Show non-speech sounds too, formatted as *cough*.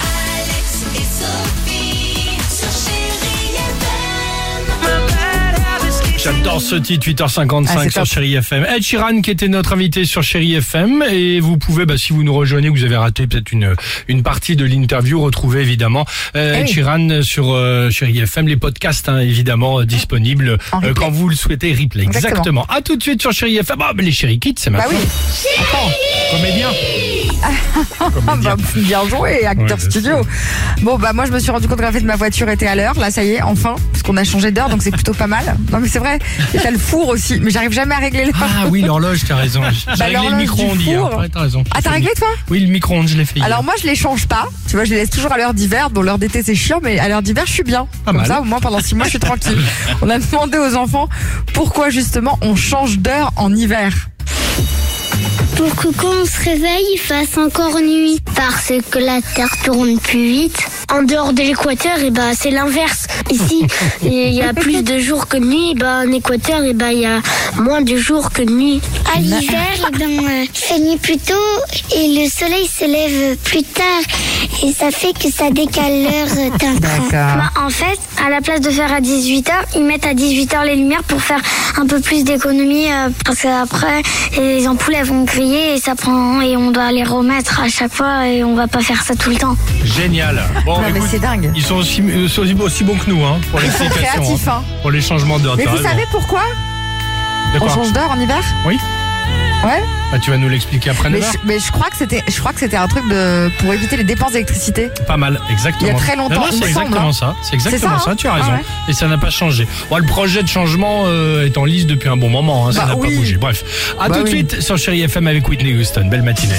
Alex et Sophie sur Chérie FM. J'adore ce titre, 8h55 Ah, c'est sur top. Chéri FM. Ed Sheeran qui était notre invité sur Chéri FM et vous pouvez, bah, si vous nous rejoignez, vous avez raté peut-être une une partie de l'interview, retrouver évidemment euh, Eh Ed oui. Sheeran sur euh, Chéri FM, les podcasts hein, évidemment euh, disponibles En euh, replay. quand vous le souhaitez, replay. Exactement. À tout de suite sur Chéri FM. Ah, bah, les Chéri Kids, c'est Bah maintenant. oui, Attends, comédien. Ah, bah, bien joué, Ouais, acteur bien studio. Bon, bah moi je me suis rendu compte qu'en fait ma voiture était à l'heure, là ça y est, enfin, parce qu'on a changé d'heure, donc c'est plutôt pas mal. Non mais c'est vrai, et t'as le four aussi, mais j'arrive jamais à régler l'heure. Ah oui, l'horloge, t'as raison. J'ai Bah, réglé le l'horloge du micro-ondes hier. four. hein. Ouais, t'as raison. Ah, t'as réglé, toi Oui, le micro-ondes, je l'ai fait hier. Alors moi je les change pas, tu vois, je les laisse toujours à l'heure d'hiver. Bon l'heure d'été c'est chiant, mais à l'heure d'hiver je suis bien. Pas Comme mal. ça au moins pendant six mois je suis *laughs* tranquille. On a demandé aux enfants pourquoi justement on change d'heure en hiver. Pour que quand on se réveille, il fasse encore nuit. Parce que la Terre tourne plus vite. En dehors de l'équateur, et bah, c'est l'inverse. Ici, il y a plus de jours que de nuit. Bah, en équateur, et bah, il y a moins de jours que de nuit. À l'hiver, *laughs* eh ben, euh, il fait nuit plus tôt et le soleil se lève plus tard. Et ça fait que ça décale l'heure euh, d'un cran. D'accord. Bah, en fait, à la place de faire à 18h, ils mettent à 18h les lumières pour faire un peu plus d'économie. euh, parce qu'après, les ampoules, elles vont griller et ça prend. Et on doit les remettre à chaque fois et on va pas faire ça tout le temps. Génial. Bon, Non mais écoute, c'est dingue. Ils sont aussi, euh, sont aussi- aussi bons que nous hein, pour les Ils sont explications, créatifs. hein, Hein. pour les changements d'heure. Mais t'as vous raison. savez pourquoi De on quoi change d'heure en hiver Oui. Ouais. Bah, tu vas nous l'expliquer après Mais 9 je, mais je crois que c'était, je crois que c'était un truc de pour éviter les dépenses d'électricité. Pas mal, exactement. Il y a très longtemps, Non, non, il c'est me semble, exactement ça. C'est exactement ça, ça, hein tu as raison. Ah ouais. Et ça n'a pas changé. Bon, le projet de changement euh, est en lice depuis un bon moment, hein, ça Bah n'a pas oui. bougé. Bref, à Bah tout de oui. suite sur Chéri FM avec Whitney Houston. Belle matinée.